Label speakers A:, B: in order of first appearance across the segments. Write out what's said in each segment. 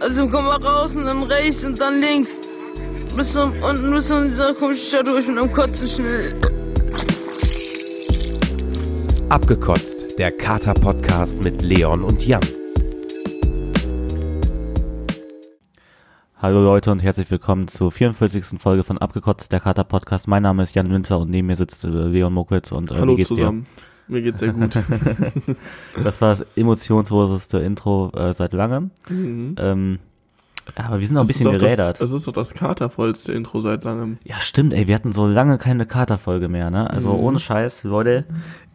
A: Also komm mal raus und dann rechts und dann links. Bis zum, unten bis zu dieser komischen Stadt durch mit einem Kotzen schnell.
B: Abgekotzt, der Kater-Podcast mit Leon und Jan.
C: Hallo Leute und herzlich willkommen zur 44. Folge von Abgekotzt, der Kater Podcast. Mein Name ist Jan Winter und neben mir sitzt äh, Leon Mokwitz und äh, wie
D: Hallo
C: geht's
D: zusammen. Mir geht's sehr gut.
C: dir? Das war das emotionsloseste Intro äh, seit langem.
D: Mhm.
C: Ähm, aber wir sind auch ein
D: Das ist
C: bisschen
D: doch
C: gerädert.
D: Das, das ist doch das katervollste Intro seit langem.
C: ja, stimmt, ey, wir hatten so lange keine Katerfolge mehr, ne? Also
D: Mhm.
C: ohne Scheiß, Leute,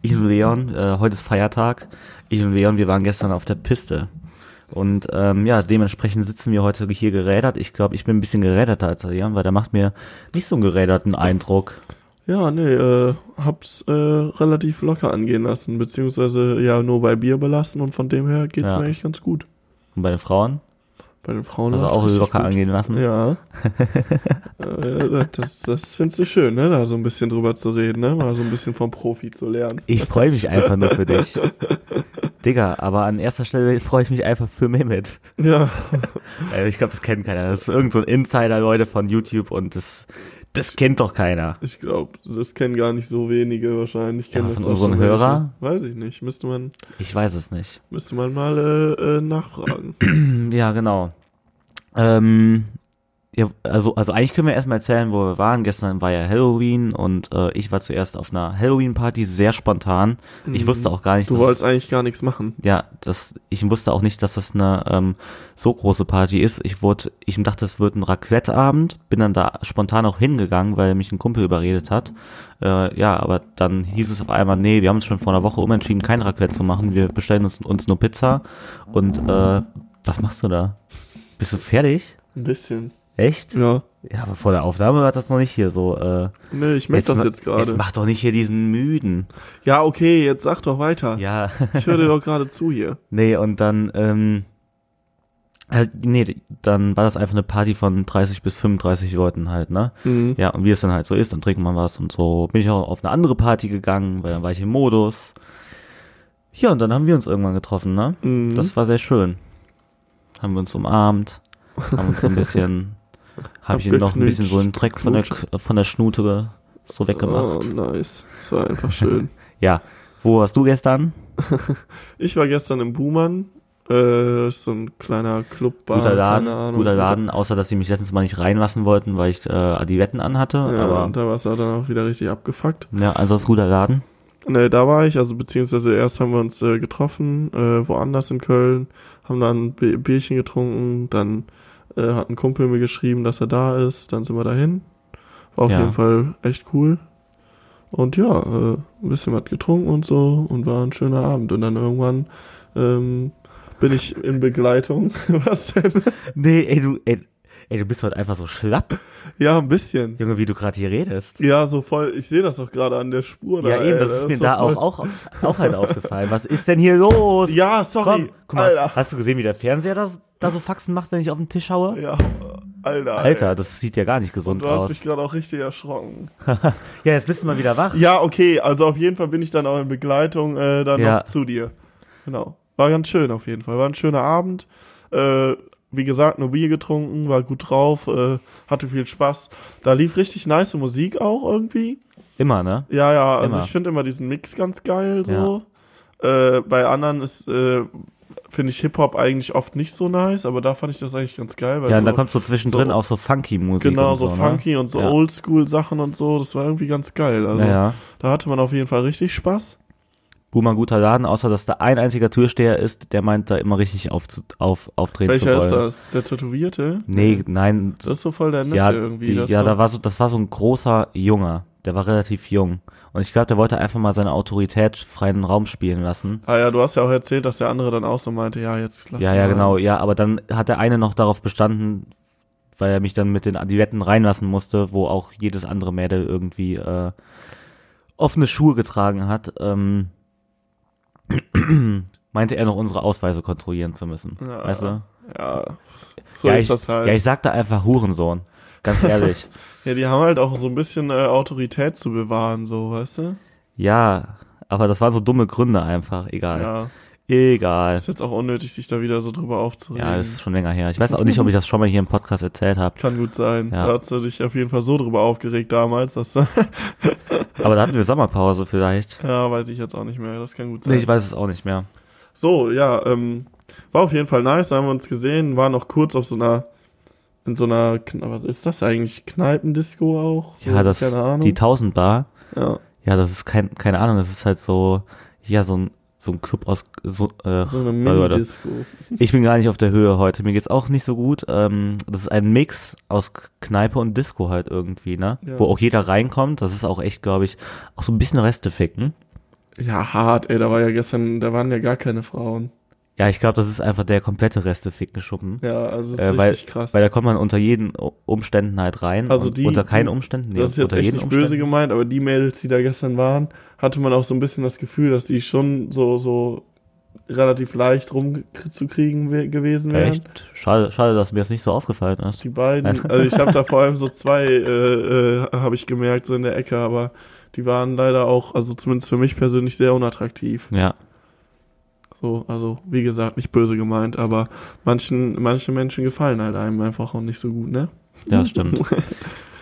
C: ich und Leon, äh, heute ist Feiertag. Ich und Leon, wir waren gestern auf der Piste. Und ähm, ja, dementsprechend sitzen wir heute hier gerädert. Ich glaube, ich bin ein bisschen geräderter als Leon, weil der macht mir nicht so einen geräderten Eindruck.
D: Ja, nee, äh, hab's äh, relativ locker angehen lassen, beziehungsweise ja nur bei Bier belassen und von dem her geht's
C: Ja.
D: mir eigentlich ganz gut.
C: Und bei den Frauen?
D: Bei den Frauen
C: Also
D: läuft's
C: auch
D: richtig
C: locker
D: gut.
C: angehen lassen.
D: Ja. äh, das das findest du schön, ne? Da so ein bisschen drüber zu reden, ne? Mal so ein bisschen vom Profi zu lernen.
C: Ich freue mich einfach nur für dich. Digga, aber an erster Stelle freue ich mich einfach für Mehmet.
D: Ja.
C: Also ich glaube, das kennt keiner. Das ist irgend so ein Insider, Leute, von YouTube und das, das kennt doch keiner.
D: Ich glaube, das kennen gar nicht so wenige wahrscheinlich. Ich kenn
C: Ja,
D: das
C: von
D: doch
C: unseren
D: schon welche.
C: Hörer?
D: Weiß ich nicht. Müsste man,
C: Ich weiß es nicht.
D: müsste man mal äh, äh, nachfragen.
C: Hm, Ja, genau. Ähm, ja, also, also eigentlich können wir erstmal erzählen, wo wir waren. Gestern war ja Halloween und äh, ich war zuerst auf einer Halloween-Party, sehr spontan. Ich
D: Mhm.
C: wusste auch gar nicht,
D: Du
C: dass es-
D: wolltest eigentlich gar nichts machen.
C: Ja, das, ich wusste auch nicht, dass das eine ähm, so große Party ist. Ich wurde, ich dachte, es wird ein Raclette-Abend, bin dann da spontan auch hingegangen, weil mich ein Kumpel überredet hat. Äh, ja, aber dann hieß es auf einmal, nee, wir haben uns schon vor einer Woche umentschieden, kein Raclette zu machen. Wir bestellen uns, uns nur Pizza. Und äh, was machst du da? Bist du fertig?
D: Ein bisschen.
C: Echt?
D: Ja.
C: Ja, aber vor der Aufnahme war das noch nicht hier so. Äh,
D: Nee, ich merke das
C: ma-
D: jetzt gerade.
C: Jetzt mach doch nicht hier diesen müden.
D: Ja, okay, jetzt sag doch weiter.
C: Ja.
D: Ich höre dir doch gerade zu hier.
C: Nee, und dann, ähm, äh, nee, dann war das einfach eine Party von 30 bis 35 Leuten halt, ne?
D: Mhm.
C: Ja, und wie es dann halt so ist, dann trinkt man was und so. Bin ich auch auf eine andere Party gegangen, weil dann war ich im Modus. Ja, und dann haben wir uns irgendwann getroffen, ne?
D: Mhm.
C: Das war sehr schön. Haben wir uns umarmt, haben uns so ein bisschen, habe ich ihm noch ein bisschen so einen Dreck von der, K- von der Schnute ge- so
D: Oh,
C: weggemacht.
D: nice. Das war einfach schön.
C: Ja, wo warst du gestern?
D: ich war gestern im Buhmann. Äh, ist so ein kleiner Club.
C: guter Laden,
D: keine Ahnung.
C: guter Laden, außer dass sie mich letztens mal nicht reinlassen wollten, weil ich äh, Adiletten anhatte,
D: Ja, und
C: aber
D: da war es dann auch wieder richtig abgefuckt.
C: ja, also ansonsten guter Laden.
D: Ne, da war ich, also beziehungsweise erst haben wir uns äh, getroffen, äh, woanders in Köln, haben dann ein Bi- Bierchen getrunken, dann äh, hat ein Kumpel mir geschrieben, dass er da ist, dann sind wir dahin. War auf
C: Ja.
D: jeden Fall echt cool. Und ja, äh, ein bisschen was getrunken und so und war ein schöner Abend. Und dann irgendwann ähm, bin ich in Begleitung. Was denn?
C: Nee, ey, du, ey, ey, du bist heute einfach so schlapp,
D: Ja, ein bisschen.
C: Junge, wie du gerade hier redest.
D: Ja, so voll, ich sehe das auch gerade an der Spur.
C: Ja,
D: da,
C: eben,
D: ey,
C: das ist mir
D: so
C: da
D: voll-
C: auch, auch, auch halt aufgefallen. Was ist denn hier los?
D: Ja, sorry.
C: Komm, guck mal, hast,
D: Alter.
C: hast du gesehen, wie der Fernseher da, da so Faxen macht, wenn ich auf den Tisch haue?
D: Ja, Alter. ey.
C: Alter, das sieht ja gar nicht gesund
D: Du hast
C: aus.
D: dich gerade auch richtig erschrocken.
C: Ja, jetzt bist du mal wieder wach.
D: Ja, okay, also auf jeden Fall bin ich dann auch in Begleitung äh, dann
C: Ja.
D: noch zu dir. Genau. War ganz schön auf jeden Fall. War ein schöner Abend. Äh, wie gesagt, nur Bier getrunken, war gut drauf, äh, hatte viel Spaß. Da lief richtig nice Musik auch irgendwie.
C: Immer, ne?
D: Ja, ja, also
C: Immer.
D: ich finde immer diesen Mix ganz geil so. Äh, bei anderen ist, äh, finde ich Hip-Hop eigentlich oft nicht so nice, aber da fand ich das eigentlich ganz geil. Weil
C: Ja, und
D: so-
C: da kommt so zwischendrin
D: Also so-
C: auch so funky Musik.
D: Genau,
C: und
D: so,
C: so,
D: funky
C: ne?
D: und so
C: ja.
D: Oldschool-Sachen und so. Das war irgendwie ganz geil. Also,
C: Ja, ja.
D: da hatte man auf jeden Fall richtig Spaß.
C: Boomer guter Laden, außer dass da ein einziger Türsteher ist, der meint, da immer richtig auf, auf, aufdrehen
D: Welcher
C: zu ne?
D: ist
C: wollen.
D: das? Der Tätowierte?
C: Nee, nein.
D: Das ist so voll der Nette
C: ja,
D: irgendwie.
C: die,
D: das
C: ja
D: so,
C: da war so, das war so ein großer Junger. Der war relativ jung. Und ich glaube, der wollte einfach mal seine Autorität freien Raum spielen lassen.
D: ah ja, du hast ja auch erzählt, dass der andere dann auch so meinte, ja, jetzt lass
C: ja,
D: mal.
C: ja, genau. Ja, aber dann hat der eine noch darauf bestanden, weil er mich dann mit den Adiletten reinlassen musste, wo auch jedes andere Mädel irgendwie äh, offene Schuhe getragen hat. Ähm, meinte er noch, unsere Ausweise kontrollieren zu müssen.
D: Ja.
C: weißt du?
D: Ja, so
C: ja,
D: ist
C: ich,
D: das halt.
C: Ja,
D: Ja,
C: ich sag da einfach Hurensohn. Ganz ehrlich.
D: die haben halt auch so ein bisschen äh, Autorität zu bewahren, so, weißt du?
C: ja, aber das waren so dumme Gründe einfach. Egal.
D: Ja.
C: Egal.
D: Ist jetzt auch unnötig, sich da wieder so drüber aufzuregen.
C: Ja, das ist schon länger her. Ich weiß auch nicht, ob ich das schon mal hier im Podcast erzählt habe.
D: Kann gut sein.
C: Ja.
D: Da hast du dich auf jeden Fall so drüber aufgeregt damals, dass da.
C: Aber da hatten wir Sommerpause vielleicht.
D: ja, weiß ich jetzt auch nicht mehr. Das kann gut sein.
C: Nee, ich weiß es auch nicht mehr.
D: So, ja, ähm, war auf jeden Fall nice, da haben wir uns gesehen, war noch kurz auf so einer, in so einer, Kn- was ist das eigentlich, Kneipendisco auch? So,
C: Ja, das,
D: keine Ahnung.
C: die 1000 Bar,
D: ja,
C: ja, das ist kein, keine Ahnung, das ist halt so, ja, so ein, so ein Club aus, so, äh,
D: so
C: Leute,
D: eine
C: Leute.
D: Mini-Disco.
C: Ich bin gar nicht auf der Höhe heute. Mir geht's auch nicht so gut. Ähm, das ist ein Mix aus K- Kneipe und Disco halt irgendwie, ne?
D: Ja.
C: Wo auch jeder reinkommt. Das ist auch echt, glaube ich, auch so ein bisschen Reste ficken.
D: Ja, hart, ey, da war ja gestern, da waren ja gar keine Frauen.
C: Ja, ich glaube, das ist einfach der komplette Reste ficken Schuppen.
D: Ja, also das ist
C: Äh, weil,
D: richtig krass.
C: weil da kommt man unter jeden U- Umständen halt rein.
D: Also
C: und
D: die-
C: unter keinen
D: die-
C: Umständen.
D: das ist jetzt
C: unter
D: echt
C: jeden
D: nicht böse
C: Umständen.
D: gemeint, aber die Mädels, die da gestern waren, hatte man auch so ein bisschen das Gefühl, dass die schon so, so relativ leicht rumzukriegen we- gewesen wären.
C: Echt? Schade, schade, dass mir das nicht so aufgefallen ist.
D: Die beiden, also ich habe da vor allem so zwei, äh, äh, habe ich gemerkt, so in der Ecke, aber die waren leider auch, also zumindest für mich persönlich sehr unattraktiv.
C: Ja.
D: So, also wie gesagt, nicht böse gemeint, aber manchen, manche Menschen gefallen halt einem einfach auch nicht so gut, ne?
C: Ja, stimmt.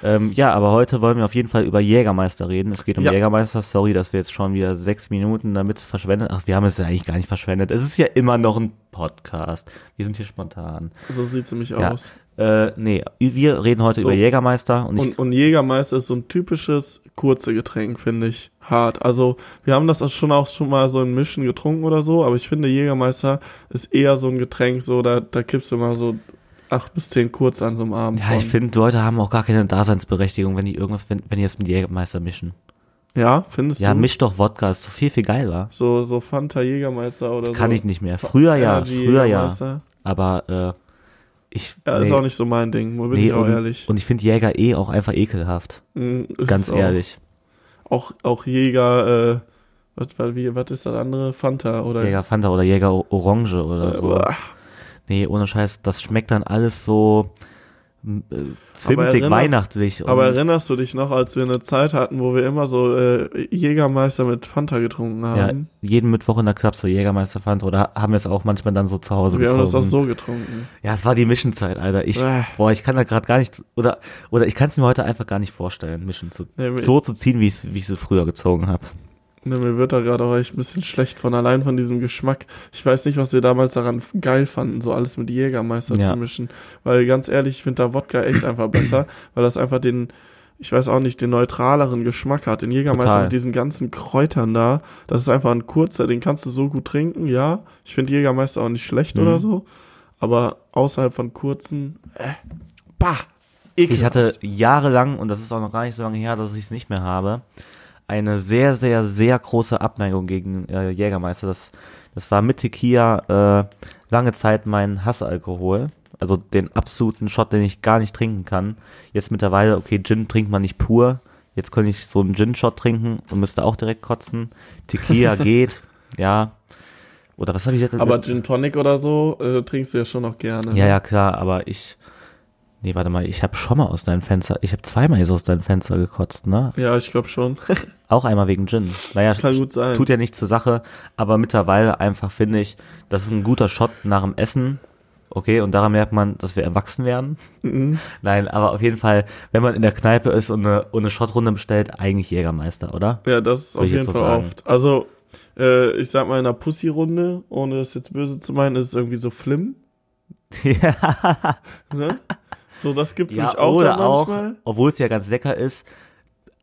C: ähm, ja, aber heute wollen wir auf jeden Fall über Jägermeister reden. Es geht um
D: Ja.
C: Jägermeister. Sorry, dass wir jetzt schon wieder sechs Minuten damit verschwendet. Ach, wir haben es ja eigentlich gar nicht verschwendet. Es ist ja immer noch ein Podcast. Wir sind hier spontan.
D: So sieht's nämlich
C: Ja.
D: aus.
C: Äh, nee, wir reden heute
D: So.
C: über Jägermeister und ich.
D: Und, und Jägermeister ist so ein typisches kurze Getränk, finde ich. Hart. Also, wir haben das auch schon auch schon mal so in Mischen getrunken oder so, aber ich finde, Jägermeister ist eher so ein Getränk, so, da, da kippst du mal so acht bis zehn kurz an so einem Abend.
C: ja, ich
D: von.
C: finde, Leute haben auch gar keine Daseinsberechtigung, wenn die irgendwas, wenn, wenn die jetzt mit Jägermeister mischen.
D: Ja, findest
C: Ja,
D: du?
C: misch doch Wodka, ist so viel, viel geiler.
D: So, so Fanta Jägermeister oder so.
C: Kann ich nicht mehr. Früher ja,
D: Energy
C: früher ja.
D: Jägermeister.
C: Aber äh, ich.
D: Ja, ist
C: nee,
D: auch nicht so mein Ding, wo bin
C: nee,
D: ich auch
C: und,
D: ehrlich.
C: Und ich finde Jäger eh auch einfach ekelhaft.
D: Mm, ist
C: Ganz
D: auch,
C: ehrlich.
D: Auch, auch Jäger, äh, was, was, wie, was ist das andere? Fanta oder?
C: Jäger Fanta oder Jäger O- Orange oder
D: Äh,
C: so.
D: boah.
C: Nee, ohne Scheiß, das schmeckt dann alles so m, äh, zimtig
D: erinnerst-
C: weihnachtlich.
D: Aber
C: und,
D: erinnerst du dich noch, als wir eine Zeit hatten, wo wir immer so äh, Jägermeister mit Fanta getrunken
C: ja,
D: haben?
C: jeden Mittwoch in der Knapse Jägermeister Fanta oder haben wir es auch manchmal dann so zu Hause
D: wir haben das
C: getrunken.
D: auch so getrunken.
C: Ja, es war die Mischenzeit, Alter. Ich,
D: Äh.
C: boah, ich kann da gerade gar nicht, oder, oder ich kann es mir heute einfach gar nicht vorstellen, Mischen zu,
D: Nee, mir-
C: so zu ziehen, wie ich wie ich sie früher gezogen habe.
D: Ne, mir wird da gerade auch echt ein bisschen schlecht von allein von diesem Geschmack. Ich weiß nicht, was wir damals daran f- geil fanden, so alles mit Jägermeister
C: Ja.
D: zu mischen. Weil ganz ehrlich, ich finde da Wodka echt einfach besser, weil das einfach den, ich weiß auch nicht, den neutraleren Geschmack hat. Den Jägermeister
C: Total.
D: mit diesen ganzen Kräutern da, das ist einfach ein kurzer, den kannst du so gut trinken, ja. Ich finde Jägermeister auch nicht schlecht
C: Mhm.
D: oder so. Aber außerhalb von kurzen, äh, bah, ekelhaft.
C: Ich hatte jahrelang, und das ist auch noch gar nicht so lange her, dass ich es nicht mehr habe, eine sehr, sehr, sehr große Abneigung gegen äh, Jägermeister. Das, das war mit Tequila äh, lange Zeit mein Hassalkohol. Also den absoluten Shot, den ich gar nicht trinken kann. Jetzt mittlerweile, okay, Gin trinkt man nicht pur. Jetzt könnte ich so einen Gin-Shot trinken und müsste auch direkt kotzen. Tequila geht, ja. Oder was habe ich jetzt?
D: aber Gin Tonic oder so äh, trinkst du ja schon noch gerne. ne?
C: Ja, ja, klar, aber ich. Nee, warte mal, ich habe schon mal aus deinem Fenster. Ich habe zweimal jetzt aus deinem Fenster gekotzt, ne?
D: Ja, ich glaube schon.
C: Auch einmal wegen Gin. Naja,
D: Kann gut sein.
C: tut ja nichts zur Sache, aber mittlerweile einfach finde ich, das ist ein guter Shot nach dem Essen. Okay, und daran merkt man, dass wir erwachsen werden.
D: Mhm.
C: Nein, aber auf jeden Fall, wenn man in der Kneipe ist und eine, und eine Shotrunde bestellt, eigentlich Jägermeister, oder?
D: Ja, das ist
C: Würde
D: auf
C: ich
D: jeden
C: jetzt so
D: Fall
C: sagen.
D: oft. Also, äh, ich sag mal, in einer Pussy-Runde, ohne das jetzt böse zu meinen, ist es irgendwie so Flim.
C: ja,
D: Ne? So, das gibt's
C: ja
D: nämlich auch
C: oder
D: dann
C: auch,
D: manchmal.
C: obwohl es ja ganz lecker ist,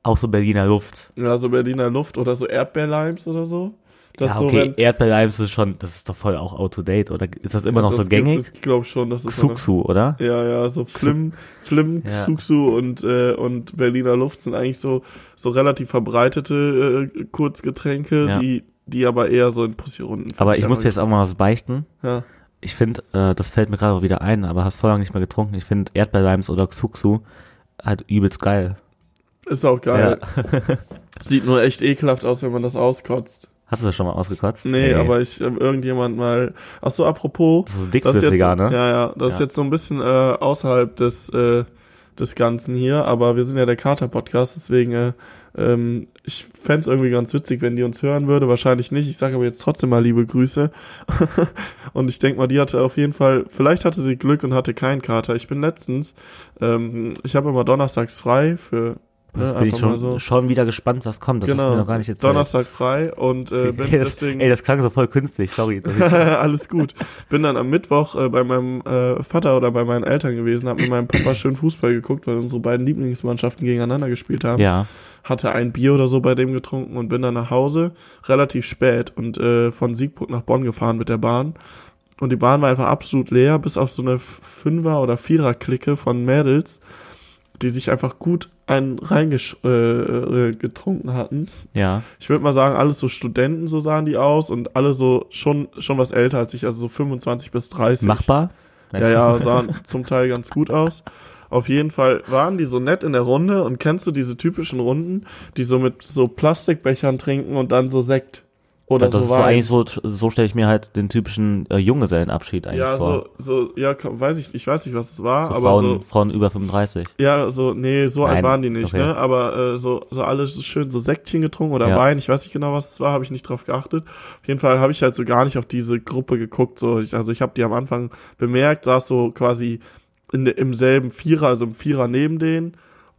C: auch so Berliner Luft.
D: Ja, so Berliner Luft oder so Erdbeerlimes oder so. Das
C: ja,
D: so,
C: okay,
D: wenn-
C: Erdbeerleims ist schon, das ist doch voll auch out-to-date, oder ist das immer noch
D: das
C: so gängig?
D: Gibt, ich glaube schon, das ist noch-
C: Xuxu, oder?
D: Ja, ja, so Flim, Flim,
C: Ja.
D: Xuxu und, äh, und Berliner Luft sind eigentlich so, so relativ verbreitete äh, Kurzgetränke,
C: Ja.
D: die, die aber eher so in Pussy-Runden.
C: Aber ich muss jetzt auch mal was beichten.
D: Ja.
C: Ich finde, äh, das fällt mir gerade auch wieder ein, aber hab's vor lange nicht mehr getrunken. Ich finde Erdbeerleims oder Xuxu halt übelst geil.
D: Ist auch geil. Sieht nur echt ekelhaft aus, wenn man das auskotzt.
C: Hast du das schon mal ausgekotzt?
D: Nee, aber ich hab irgendjemand mal. Ach so, apropos.
C: Das ist so
D: Das ist jetzt,
C: dickflüssiger, ne?
D: Ja, ja. Das ist
C: Ja.
D: jetzt so ein bisschen äh, außerhalb des, äh, des Ganzen hier, aber wir sind ja der Kater-Podcast, deswegen äh, Ähm, ich fände es irgendwie ganz witzig, wenn die uns hören würde. Wahrscheinlich nicht. Ich sage aber jetzt trotzdem mal liebe Grüße. und ich denke mal, die hatte auf jeden Fall, vielleicht hatte sie Glück und hatte keinen Kater. Ich bin letztens, ähm, ich habe immer donnerstags frei für.
C: Jetzt
D: ne,
C: bin ich
D: einfach mal Genau.
C: schon, schon wieder gespannt, was kommt. Das hast du mir noch gar nicht erzählt.
D: Donnerstag frei und äh, bin
C: ey, das,
D: deswegen.
C: ey, das klang so voll künstlich, sorry. dass ich-
D: Alles gut. Bin dann am Mittwoch äh, bei meinem äh, Vater oder bei meinen Eltern gewesen, habe mit meinem Papa schön Fußball geguckt, weil unsere beiden Lieblingsmannschaften gegeneinander gespielt haben.
C: ja,
D: Hatte ein Bier oder so bei dem getrunken und bin dann nach Hause relativ spät und äh, von Siegburg nach Bonn gefahren mit der Bahn. Und die Bahn war einfach absolut leer, bis auf so eine Fünfer- oder Vierer-Clique von Mädels, die sich einfach gut einen reingetrunken äh, äh, getrunken hatten
C: ja.
D: ich würde mal sagen, alles so Studenten, so sahen die aus und alle so schon, schon was älter als ich, also so 25 bis 30.
C: Machbar?
D: Ja, ja, sahen zum Teil ganz gut aus. Auf jeden Fall waren die so nett in der Runde und kennst du diese typischen Runden, die so mit so Plastikbechern trinken und dann so Sekt oder
C: Ja, das
D: so
C: ist so
D: Wein.
C: eigentlich so, so stelle ich mir halt den typischen äh, Junggesellenabschied eigentlich
D: ja,
C: vor.
D: so, so, ja, ka- weiß ich, ich weiß nicht, was es war,
C: So
D: Ah, aber
C: Frauen,
D: so,
C: Frauen über 35.
D: ja, so, nee, so alt
C: Nein,
D: waren die nicht,
C: okay.
D: ne, aber äh, so, so alles schön so Sektchen getrunken oder
C: Ja.
D: Wein, ich weiß nicht genau, was es war, habe ich nicht drauf geachtet. Auf jeden Fall habe ich halt so gar nicht auf diese Gruppe geguckt, so, ich, also ich habe die am Anfang bemerkt, saß so quasi in, de- im selben Vierer, also im Vierer neben denen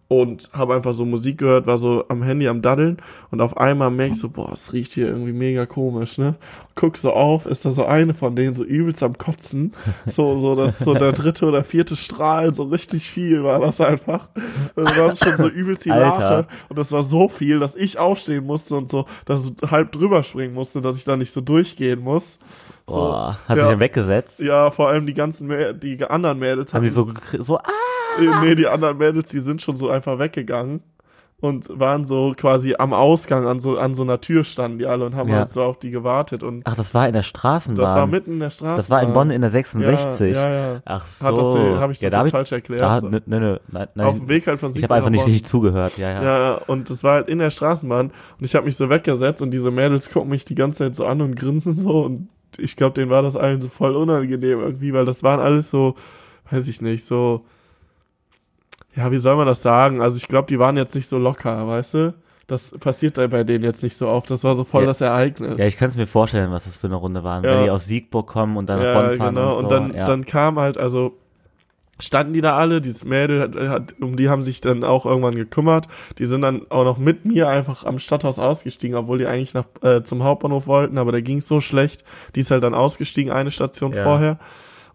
D: und habe einfach so Musik gehört, war so am Handy am Daddeln und auf einmal merk ich so, boah, es riecht hier irgendwie mega komisch, ne? Guck so auf, ist da so eine von denen so übelst am Kotzen, so, so, das so der dritte oder vierte Strahl, so richtig viel war das einfach. Das war schon so übelst die
C: Alter.
D: Lache und das war so viel, dass ich aufstehen musste und so, dass ich halb drüber springen musste, dass ich da nicht so durchgehen muss. So,
C: Boah, hast du
D: ja.
C: dich dann weggesetzt?
D: Ja, vor allem die ganzen, Mä- die anderen Mädels
C: Haben die
D: hatten
C: so, gekri- so ah,
D: äh, Nee, die anderen Mädels, die sind schon so einfach weggegangen und waren so quasi am Ausgang an so, an so einer Tür standen die alle und haben
C: Ja.
D: halt so auf die gewartet und
C: ach, das war in der Straßenbahn.
D: das war mitten in der Straße.
C: Das war in Bonn in der 66.
D: Ja, ja. ja.
C: Ach so.
D: Hat das, äh, hab ich das
C: da
D: jetzt
C: hab
D: falsch erklärt?
C: Da,
D: So.
C: nö, nö, nö, nein,
D: Auf dem
C: nein.
D: Weg halt von
C: Ich habe einfach
D: nach
C: nicht
D: Bonn.
C: richtig zugehört, ja, ja.
D: Ja, und das war halt in der Straßenbahn und ich habe mich so weggesetzt und diese Mädels gucken mich die ganze Zeit so an und grinsen so und ich glaube, denen war das allen so voll unangenehm irgendwie, weil das waren alles so, weiß ich nicht, so, ja, wie soll man das sagen? Also ich glaube, die waren jetzt nicht so locker, weißt du? Das passiert bei denen jetzt nicht so oft. Das war so voll
C: Ja.
D: das Ereignis.
C: Ja, ich kann es mir vorstellen, was das für eine Runde waren.
D: Ja. genau.
C: Wenn die aus Siegburg kommen und dann nach Bonn fahren und, so.
D: und dann,
C: ja.
D: dann kam halt, also standen die da alle, dieses Mädel, hat, hat, um die haben sich dann auch irgendwann gekümmert. Die sind dann auch noch mit mir einfach am Stadthaus ausgestiegen, obwohl die eigentlich nach, äh, zum Hauptbahnhof wollten, aber da ging es so schlecht. Die ist halt dann ausgestiegen, eine Station
C: Ja.
D: vorher.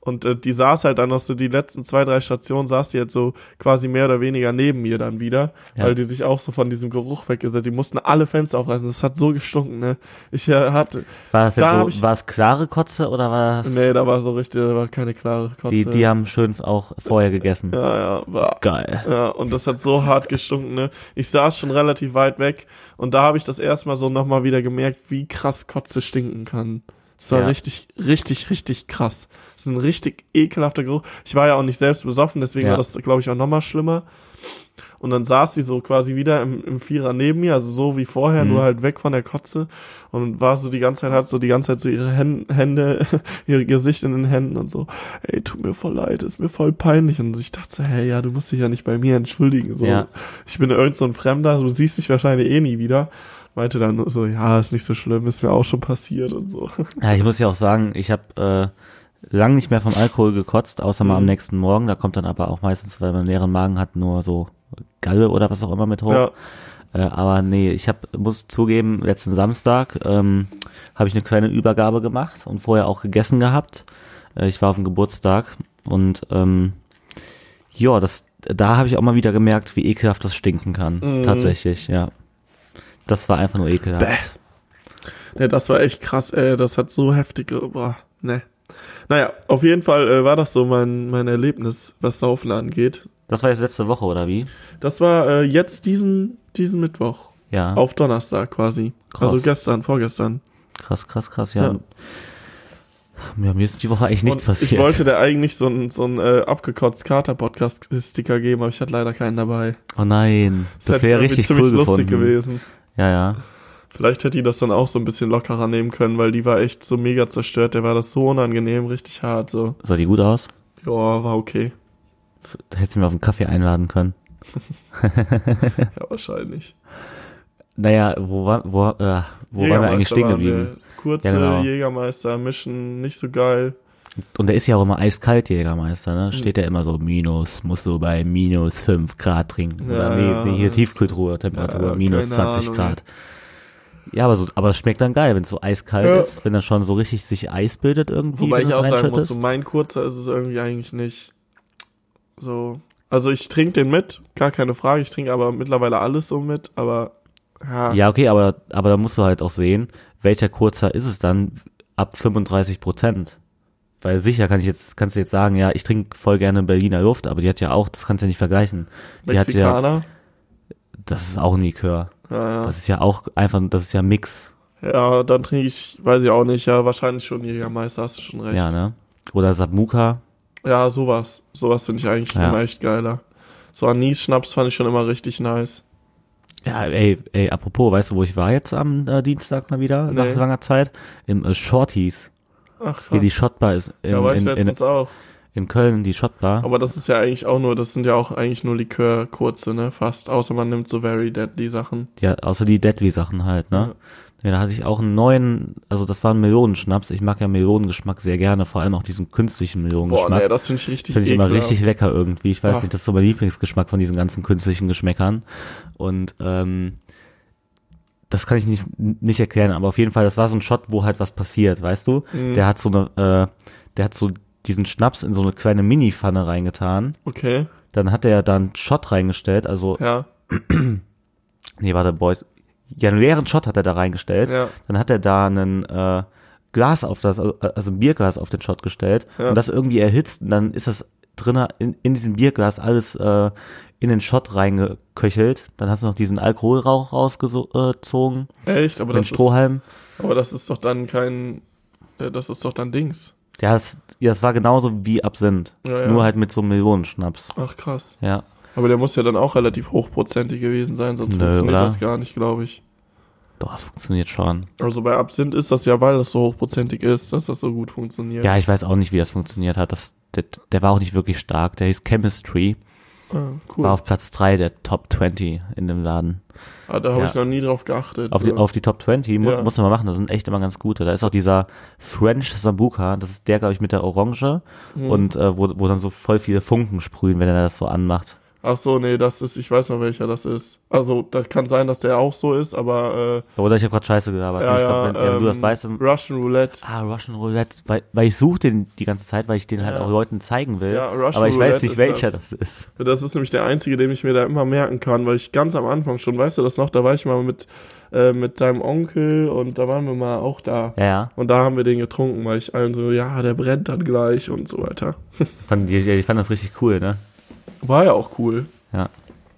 D: Und äh, die saß halt dann noch so die letzten zwei, drei Stationen, saß die jetzt so quasi mehr oder weniger neben mir dann wieder,
C: Ja.
D: weil die sich auch so von diesem Geruch weggesetzt. Die mussten alle Fenster aufreißen. Das hat so gestunken, ne? Ich äh, hatte,
C: war das
D: da hab
C: jetzt
D: ich-
C: so, war es klare Kotze oder war es,
D: nee, da war so richtig, da war keine klare Kotze.
C: die, die haben schön auch vorher gegessen.
D: Ja, ja, war.
C: Geil.
D: Ja, und das hat so hart gestunken, ne? Ich saß schon relativ weit weg und da habe ich das erstmal so nochmal wieder gemerkt, wie krass Kotze stinken kann. Das war
C: Ja.
D: richtig, richtig, richtig krass. Das ist ein richtig ekelhafter Geruch. Ich war ja auch nicht selbst besoffen, deswegen
C: Ja.
D: war das, glaube ich, auch nochmal schlimmer. Und dann saß die so quasi wieder im, im Vierer neben mir, also so wie vorher, nur halt weg von der Kotze. Und war so die ganze Zeit, hat so die ganze Zeit so ihre Hän- Hände, ihr Gesicht in den Händen und so, ey, tut mir voll leid, ist mir voll peinlich. Und ich dachte so, hey, ja, du musst dich ja nicht bei mir entschuldigen. So,
C: Ja.
D: ich bin irgend so ein Fremder, du siehst mich wahrscheinlich eh nie wieder. Meinte dann nur so, ja, ist nicht so schlimm, ist mir auch schon passiert und so.
C: Ja, ich muss ja auch sagen, ich habe äh, lang nicht mehr vom Alkohol gekotzt, außer mal am nächsten Morgen. Da kommt dann aber auch meistens, weil man einen leeren Magen hat, nur so Galle oder was auch immer mit hoch.
D: Ja.
C: Äh, aber nee, ich hab, muss zugeben, letzten Samstag ähm, habe ich eine kleine Übergabe gemacht und vorher auch gegessen gehabt. Äh, ich war auf dem Geburtstag und ähm, ja, das, da habe ich auch mal wieder gemerkt, wie ekelhaft das stinken kann. Tatsächlich, ja. Das war einfach nur ekelhaft.
D: Ne, das war echt krass, ey. Das hat so heftige. Boah, ne. Naja, auf jeden Fall äh, war das so mein, mein Erlebnis, was Saufen angeht.
C: Das war jetzt letzte Woche, oder wie?
D: Das war äh, jetzt diesen, diesen Mittwoch.
C: Ja.
D: Auf Donnerstag quasi.
C: Krass.
D: Also gestern, vorgestern.
C: Krass, krass, krass, ja.
D: Ja.
C: Ja, mir ist die Woche eigentlich nichts
D: Und
C: passiert.
D: Ich wollte da eigentlich so einen so einen, äh, abgekotzt Kater-Podcast-Sticker geben, aber ich hatte leider keinen dabei.
C: oh nein, das
D: hätte ich
C: wäre
D: irgendwie
C: richtig
D: ziemlich
C: cool
D: lustig
C: gefunden.
D: gewesen.
C: Ja, ja.
D: Vielleicht hätte die das dann auch so ein bisschen lockerer nehmen können, weil die war echt so mega zerstört. Der war das so unangenehm, richtig hart. So,
C: Sah die gut aus?
D: ja, war okay.
C: Da hättest du mir auf einen Kaffee einladen können.
D: Ja, wahrscheinlich.
C: naja, wo, war, wo, äh, wo waren wir eigentlich
D: Jägermeister
C: stehen
D: waren wir.
C: geblieben?
D: Kurze
C: Ja, genau.
D: Jägermeister mischen, nicht so geil.
C: Und der ist ja auch immer eiskalt, Jägermeister,
D: Hm.
C: ne? Steht ja immer so, minus, musst du bei minus 5 Grad trinken.
D: Ja,
C: Oder nee, nee, hier
D: ja.
C: Tiefkühltruhe, Temperatur,
D: Ja,
C: minus
D: keine
C: 20
D: Ahnung,
C: Grad. Ja, aber so, aber es schmeckt dann geil, wenn es so eiskalt
D: Ja.
C: ist, wenn da schon so richtig sich Eis bildet irgendwie.
D: Wobei
C: wenn
D: ich
C: du
D: auch
C: es
D: sagen muss, so
C: reinschüttest.
D: mein kurzer ist es irgendwie eigentlich nicht. So. Also ich trinke den mit, gar keine Frage. Ich trinke aber mittlerweile alles so mit, aber ja,
C: Ja, okay, aber, aber da musst du halt auch sehen, welcher kurzer ist es dann ab 35 Prozent. Weil sicher kann ich jetzt, kannst du jetzt sagen, ja, ich trinke voll gerne Berliner Luft, aber die hat ja auch, das kannst du ja nicht vergleichen. Die hat ja,
D: Mexikaner.
C: das ist auch ein Likör.
D: Ja, ja.
C: Das ist ja auch einfach, das ist ja Mix,
D: ja, dann trinke ich, weiß ich auch nicht, ja, wahrscheinlich schon Jägermeister, hast du schon recht.
C: ja,
D: Ja,
C: ne? Oder Samuka.
D: sowas. Sowas finde ich eigentlich
C: Ja.
D: immer echt geiler. So Anis-Schnaps fand ich schon immer richtig nice.
C: Ja, ey, ey, apropos, weißt du, wo ich war jetzt am äh, Dienstag mal wieder,
D: Nee.
C: nach langer Zeit? Im äh, Shorties.
D: Ach,
C: Hier
D: krass.
C: die Shotbar ist in,
D: ja, war ich
C: in, in,
D: letztens auch.
C: in Köln, die Shotbar.
D: Aber das ist ja eigentlich auch nur, das sind ja auch eigentlich nur Likör-Kurze, ne, fast. Außer man nimmt so Very Deadly-Sachen.
C: Ja, außer die Deadly-Sachen halt, ne? Ja. da hatte ich auch einen neuen, also das war ein Melonenschnaps. Ich mag ja Melonengeschmack sehr gerne, vor allem auch diesen künstlichen
D: Boah,
C: Melonengeschmack.
D: ne, das finde ich richtig
C: Finde ich immer
D: ekelhaft.
C: richtig lecker irgendwie. Ich weiß
D: Ach.
C: nicht, das ist so mein Lieblingsgeschmack von diesen ganzen künstlichen Geschmäckern. Und ähm, das kann ich nicht, nicht erklären, aber auf jeden Fall, das war so ein Shot, wo halt was passiert, weißt du?
D: Mhm.
C: Der hat so eine, äh, der hat so diesen Schnaps in so eine kleine Mini-Pfanne reingetan.
D: Okay,
C: Dann hat er da einen Shot reingestellt, also,
D: ja.
C: nee, warte, boy, ja, einen leeren Shot hat er da reingestellt.
D: Ja.
C: Dann hat er da einen äh, Glas auf das, also ein Bierglas auf den Shot gestellt
D: Ja.
C: und das irgendwie erhitzt und dann ist das drinnen in, in diesem Bierglas alles äh, in den Shot reingeköchelt. Dann hast du noch diesen Alkoholrauch rausgezogen,
D: Echt, aber
C: den
D: das, ist,
C: Strohhalm.
D: aber das ist doch dann kein, äh, das ist doch dann Dings.
C: Ja, das, ja, das war genauso wie Absinth,
D: Ja, ja.
C: nur halt mit so einem Millionenschnaps.
D: Ach krass.
C: Ja,
D: Aber der muss ja dann auch relativ hochprozentig gewesen sein, sonst
C: Nö,
D: funktioniert
C: oder?
D: das gar nicht, glaube ich.
C: doch, das funktioniert schon.
D: Also bei Absinth ist das ja, weil das so hochprozentig ist, dass das so gut funktioniert.
C: Ja, ich weiß auch nicht, wie das funktioniert hat. Das, der, der war auch nicht wirklich stark. Der hieß Chemistry,
D: Ah,
C: war
D: cool.
C: auf Platz drei der Top 20 in dem Laden.
D: Ah, da habe
C: ja.
D: ich noch nie drauf geachtet.
C: Auf die,
D: so.
C: auf die Top 20 muss,
D: Ja.
C: muss man mal machen, das sind echt immer ganz gute. Da ist auch dieser French Sambuca, das ist der, glaube ich, mit der Orange
D: Mhm.
C: und äh, wo, wo dann so voll viele Funken sprühen, wenn er das so anmacht.
D: Ach so, nee, das ist, ich weiß noch welcher das ist. Also, das kann sein, dass der auch so ist, aber
C: Oder ich habe gerade Scheiße gelabert.
D: äh, ja,
C: ich glaub,
D: ja,
C: wenn, wenn
D: ähm,
C: du das weißt, dann,
D: Russian Roulette.
C: ah, Russian Roulette, weil, weil ich suche den die ganze Zeit, weil ich den halt
D: Ja.
C: auch Leuten zeigen will.
D: Ja, Russian
C: aber ich weiß
D: Roulette
C: nicht,
D: ist
C: welcher
D: das.
C: das, ist.
D: Das ist nämlich der einzige, den ich mir da immer merken kann, weil ich ganz am Anfang schon, weißt du das noch, da war ich mal mit, äh, mit deinem Onkel und da waren wir mal auch da.
C: Ja, ja.
D: Und da haben wir den getrunken, weil ich allen so, ja, der brennt dann gleich und so weiter.
C: Fand, die, die fanden das richtig cool, ne?
D: War ja auch cool.
C: Ja.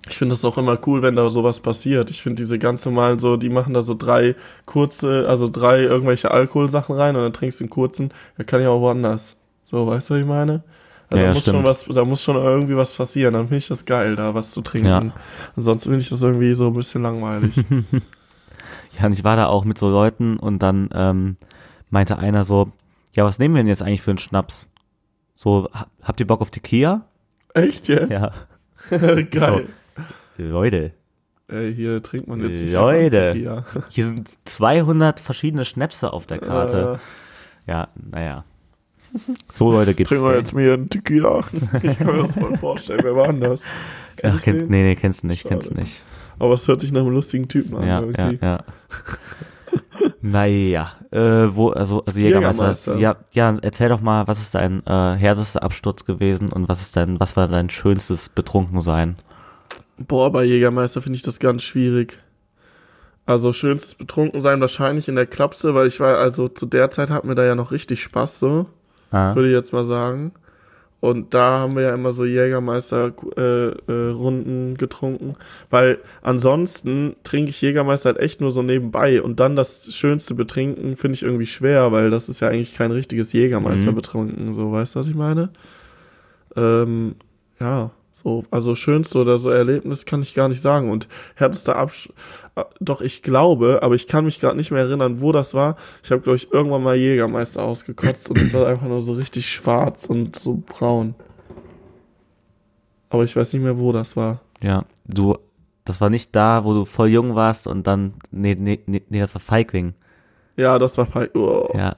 D: Ich finde das auch immer cool, wenn da sowas passiert. Ich finde diese ganz normalen so, die machen da so drei kurze, also drei irgendwelche Alkoholsachen rein und dann trinkst du einen kurzen, da kann ich auch woanders. So, weißt du, was ich meine?
C: Ja,
D: Also, da
C: ja,
D: muss schon
C: stimmt.
D: was, da muss schon irgendwie was passieren, dann finde ich das geil, da was zu trinken.
C: Ja.
D: Ansonsten finde ich das irgendwie so ein bisschen langweilig.
C: Ja, und ich war da auch mit so Leuten und dann ähm, meinte einer so, ja, was nehmen wir denn jetzt eigentlich für einen Schnaps? So, ha- habt ihr Bock auf Tequila?
D: Echt jetzt?
C: Ja.
D: geil.
C: Leute,
D: Ey, hier trinkt man jetzt nicht
C: Leute.
D: einfach Tequila.
C: hier sind 200 verschiedene Schnäpse auf der Karte.
D: Äh,
C: Ja, naja. So Leute gibt's.
D: trinken wir
C: nicht.
D: jetzt mir einen Tequila. Ich kann mir das mal vorstellen, wer war denn das?
C: Ach, kennst, nee, nee, kennst du nicht,
D: Schade. Ah,
C: kennst du nicht.
D: Aber es hört sich nach einem lustigen Typen an.
C: Ja, ja,
D: irgendwie.
C: ja. naja, äh, wo, also, also Jägermeister.
D: Jägermeister.
C: Ja, ja, erzähl doch mal, was ist dein äh, härtester Absturz gewesen und was ist dein, was war dein schönstes Betrunkensein?
D: Boah, bei Jägermeister finde ich das ganz schwierig. Also schönstes Betrunkensein wahrscheinlich in der Klapse, weil ich war, also zu der Zeit hatten wir da ja noch richtig Spaß so,
C: Ah,
D: würde ich jetzt mal sagen. Und da haben wir ja immer so Jägermeister-Runden äh, Runden getrunken. Weil ansonsten trinke ich Jägermeister halt echt nur so nebenbei. Und dann das schönste Betrinken finde ich irgendwie schwer, weil das ist ja eigentlich kein richtiges Jägermeister-Betrinken. So, weißt du, was ich meine? Ähm, ja, so, also schönste oder so Erlebnis kann ich gar nicht sagen. Und härtester Absch... äh, Doch, ich glaube, aber ich kann mich gerade nicht mehr erinnern, wo das war. Ich habe, glaube ich, irgendwann mal Jägermeister ausgekotzt und es war einfach nur so richtig schwarz und so braun. Aber ich weiß nicht mehr, wo das war.
C: ja, du Das war nicht da, wo du voll jung warst und dann. Nee, nee, nee, nee das war Feigling.
D: Ja, das war Feig. Oh.
C: Ja.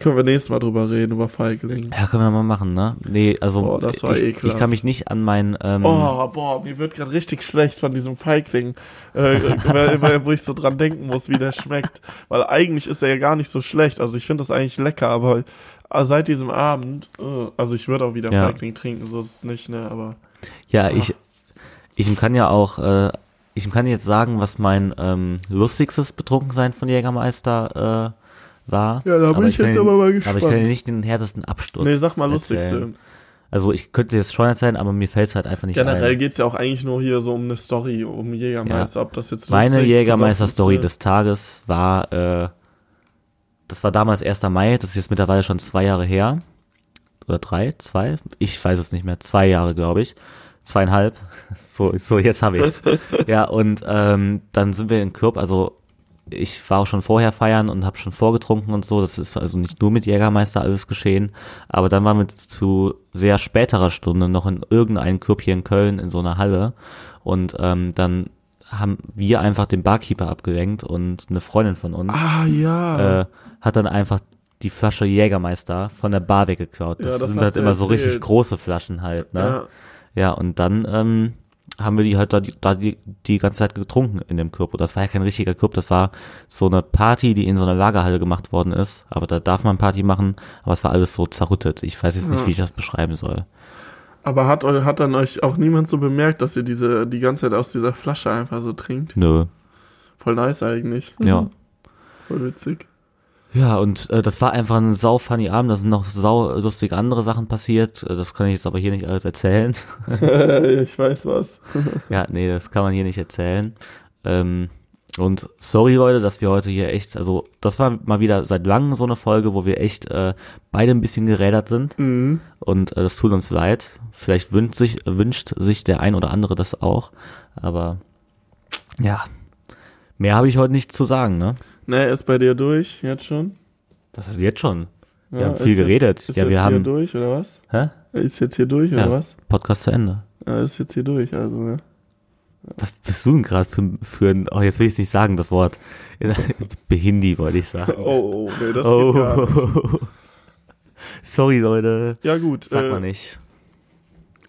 D: Können wir nächstes Mal drüber reden, über Feigling.
C: Ja, können wir mal machen, ne? Nee, also
D: Boah, Oh, das war
C: ich,
D: ekelhaft.
C: ich kann mich nicht an mein ähm,
D: Oh, boah, mir wird gerade richtig schlecht von diesem Feigling, äh, weil, weil, wo ich so dran denken muss, wie der schmeckt. Weil eigentlich ist er ja gar nicht so schlecht. Also ich finde das eigentlich lecker, aber äh, seit diesem Abend, äh, also ich würde auch wieder
C: Ja.
D: Feigling trinken, so ist es nicht, ne? Aber
C: Ja, ich, ich kann ja auch, äh, ich kann jetzt sagen, was mein ähm, lustigstes Betrunkensein von Jägermeister äh, war.
D: Ja, da bin ich
C: kann
D: jetzt
C: dir-
D: aber mal
C: Aber ich
D: gespannt.
C: kann dir nicht den härtesten Absturz.
D: nee, sag mal lustig.
C: erzählen. Also ich könnte dir das schon erzählen, aber mir fällt's halt einfach nicht
D: Generell
C: ein.
D: geht's ja auch eigentlich nur hier so um eine Story, um Jägermeister, ob das jetzt
C: Meine
D: lustig,
C: Jägermeister-Story
D: besoffen ist, äh
C: des Tages war, äh, das war damals 1. Mai, das ist jetzt mittlerweile schon zwei Jahre her. Oder drei, zwei, ich weiß es nicht mehr, zwei Jahre, glaube ich. Zweieinhalb. So, so jetzt habe ich's. ja, und ähm, dann sind wir in Club, also ich war auch schon vorher feiern und habe schon vorgetrunken und so. Das ist also nicht nur mit Jägermeister alles geschehen. Aber dann waren wir zu sehr späterer Stunde noch in irgendeinem Club hier in Köln in so einer Halle. Und ähm, dann haben wir einfach den Barkeeper abgelenkt und eine Freundin von uns
D: Ah, ja.
C: äh, hat dann einfach die Flasche Jägermeister von der Bar weggeklaut.
D: Ja,
C: Das,
D: das
C: sind
D: hast
C: halt
D: du
C: immer so
D: erzählt.
C: richtig große Flaschen halt, ne?
D: ja.
C: Ja, und dann ähm, haben wir die halt da, die, da die, die ganze Zeit getrunken in dem Club. Und das war ja kein richtiger Club, das war so eine Party, die in so einer Lagerhalle gemacht worden ist. Aber da darf man Party machen, aber es war alles so zerrüttet. Ich weiß jetzt nicht, wie ich das beschreiben soll.
D: Aber hat, eu- hat dann euch auch niemand so bemerkt, dass ihr diese die ganze Zeit aus dieser Flasche einfach so trinkt?
C: Nö,
D: Voll nice eigentlich.
C: ja.
D: Voll witzig.
C: Ja, und äh, das war einfach ein sau funny Abend, da sind noch sau lustige andere Sachen passiert. Äh, Das kann ich jetzt aber hier nicht alles erzählen.
D: ich weiß was.
C: Ja, nee, das kann man hier nicht erzählen. Ähm, und sorry, Leute, dass wir heute hier echt, also das war mal wieder seit langem so eine Folge, wo wir echt äh, beide ein bisschen gerädert sind.
D: Mhm.
C: Und äh, das tut uns leid. Vielleicht wünscht sich, wünscht sich der ein oder andere das auch. Aber ja, mehr habe ich heute nicht zu sagen, ne?
D: Ne, ist bei dir durch jetzt schon?
C: Das heißt jetzt schon. Wir haben
D: ist
C: viel
D: jetzt-
C: geredet.
D: Ist
C: ja,
D: jetzt
C: wir
D: hier
C: haben.
D: durch oder was?
C: Hä?
D: Ist jetzt hier durch oder
C: Ja,
D: was?
C: Podcast zu Ende.
D: Ja, ist jetzt hier durch, also ne.
C: Was bist du denn gerade für, für ein. Oh, jetzt will ich nicht sagen, das Wort. Behindi wollte ich sagen.
D: Oh, oh, nee, das geht gar nicht.
C: Oh. Sorry, Leute.
D: Ja gut,
C: Sag
D: äh,
C: mal nicht.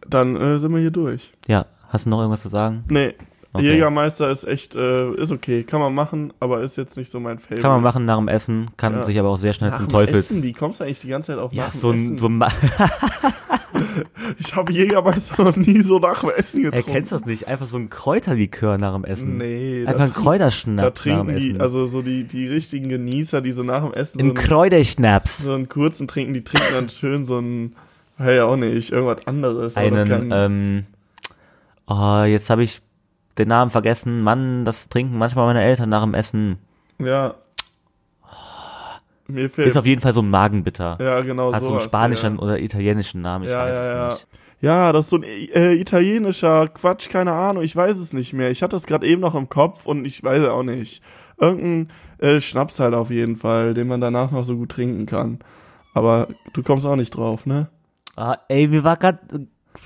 D: dann äh, sind wir hier durch.
C: Ja, hast du noch irgendwas zu sagen?
D: Nee,
C: Okay.
D: Jägermeister ist echt, äh, ist okay, kann man machen, aber ist jetzt nicht so mein Favorite.
C: Kann man machen nach dem Essen, kann
D: Ja.
C: sich aber auch sehr schnell
D: Nach
C: zum
D: dem
C: Teufels.
D: Essen, die kommst du eigentlich die ganze Zeit auf
C: ja,
D: nach dem
C: so ein,
D: Essen.
C: so ein Ma-
D: Ich habe Jägermeister noch nie so nach dem Essen
C: Ey,
D: getrunken.
C: Äh, kennst du das nicht? Einfach so ein Kräuterlikör nach dem Essen.
D: Nee,
C: Einfach ein
D: da
C: Kräuterschnaps nach dem
D: trinken die,
C: Essen.
D: also so die, die richtigen Genießer, die so nach dem Essen
C: ein
D: so, einen,
C: Kräuterschnaps.
D: so einen kurzen trinken, die trinken dann schön so ein, hey, auch nicht, irgendwas anderes. aber doch
C: Einen,
D: kein-
C: ähm, oh, jetzt habe ich den Namen vergessen. Mann, das trinken manchmal meine Eltern nach dem Essen.
D: ja. Mir fehlt,
C: ähm, Ist auf jeden Fall so ein Magenbitter.
D: ja genau
C: Hat so einen
D: sowas,
C: spanischen
D: ja.
C: oder italienischen Namen, ich
D: ja,
C: weiß
D: ja,
C: es
D: ja.
C: nicht.
D: Ja, das ist so ein äh, italienischer Quatsch, keine Ahnung, ich weiß es nicht mehr. Ich hatte das gerade eben noch im Kopf und ich weiß es auch nicht. Irgendein äh, Schnaps halt auf jeden Fall, den man danach noch so gut trinken kann. Aber du kommst auch nicht drauf, ne?
C: Ah, ey, mir war grad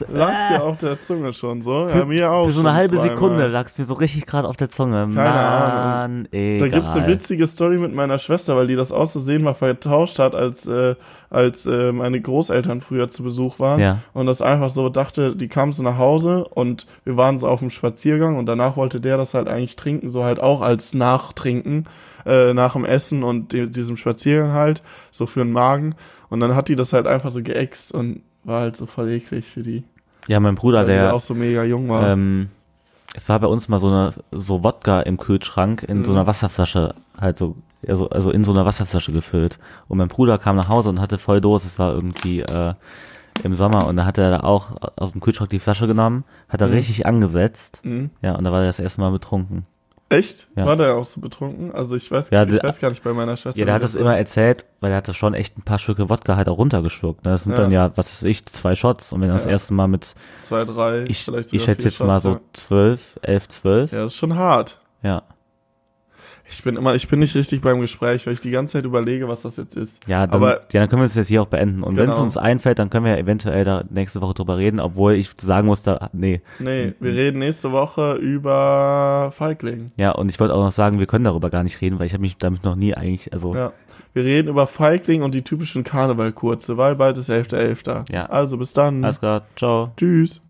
D: Lag's
C: äh,
D: dir auf der Zunge schon so? Ja, mir auch.
C: für so
D: schon
C: eine halbe
D: zweimal.
C: Sekunde lag's mir so richtig gerade auf der Zunge. Mann,
D: Ahnung. Da
C: egal.
D: gibt's eine witzige Story mit meiner Schwester, weil die das aus Versehen mal vertauscht hat, als, äh, als äh, meine Großeltern früher zu Besuch waren.
C: Ja.
D: Und das einfach so dachte, die kamen so nach Hause und wir waren so auf dem Spaziergang und danach wollte der das halt eigentlich trinken, so halt auch als Nachtrinken, äh, nach dem Essen und de diesem Spaziergang halt, so für den Magen. Und dann hat die das halt einfach so geäxt und war halt so voll eklig für die.
C: Ja, mein Bruder,
D: Weil die
C: der,
D: auch so mega jung war.
C: ähm, es war bei uns mal so eine, so Wodka im Kühlschrank in
D: Mhm.
C: so einer Wasserflasche, halt so, also, also in so einer Wasserflasche gefüllt. Und mein Bruder kam nach Hause und hatte voll Durst, es war irgendwie, äh, im Sommer und da hat er da auch aus dem Kühlschrank die Flasche genommen, hat er richtig angesetzt.
D: Mhm.
C: Ja, und da war er das erste Mal betrunken.
D: Echt?
C: Ja.
D: War der auch so betrunken? Also ich weiß,
C: Ja,
D: ich
C: der-
D: weiß gar nicht bei meiner Schwester.
C: Ja, der
D: wie
C: hat das immer erzählt, weil er hatte schon echt ein paar Stücke Wodka halt auch runtergeschluckt. Ne? Das sind
D: Ja.
C: dann ja, was weiß ich, zwei Shots. Und wenn er das
D: Ja.
C: erste Mal mit,
D: Zwei, drei,
C: ich,
D: vielleicht
C: ich
D: sogar ne?
C: schätze
D: vier
C: jetzt mal
D: Shots,
C: so zwölf, elf, zwölf,
D: Ja, ja das ist schon hart.
C: ja.
D: Ich bin immer, ich bin nicht richtig beim Gespräch, weil ich die ganze Zeit überlege, was das jetzt ist.
C: Ja, dann,
D: aber
C: ja, dann können wir es jetzt hier auch beenden. Und wenn es
D: Genau.
C: uns einfällt, dann können wir ja eventuell da nächste Woche drüber reden, obwohl ich sagen muss, da, nee.
D: nee, wir reden nächste Woche über Feigling.
C: Ja, und ich wollte auch noch sagen, wir können darüber gar nicht reden, weil ich habe mich damit noch nie eigentlich, also,
D: Ja. Wir reden über Feigling und die typischen Karnevalkurze, weil bald ist 11.11.
C: Ja.
D: Also bis dann.
C: alles klar, ciao.
D: Tschüss.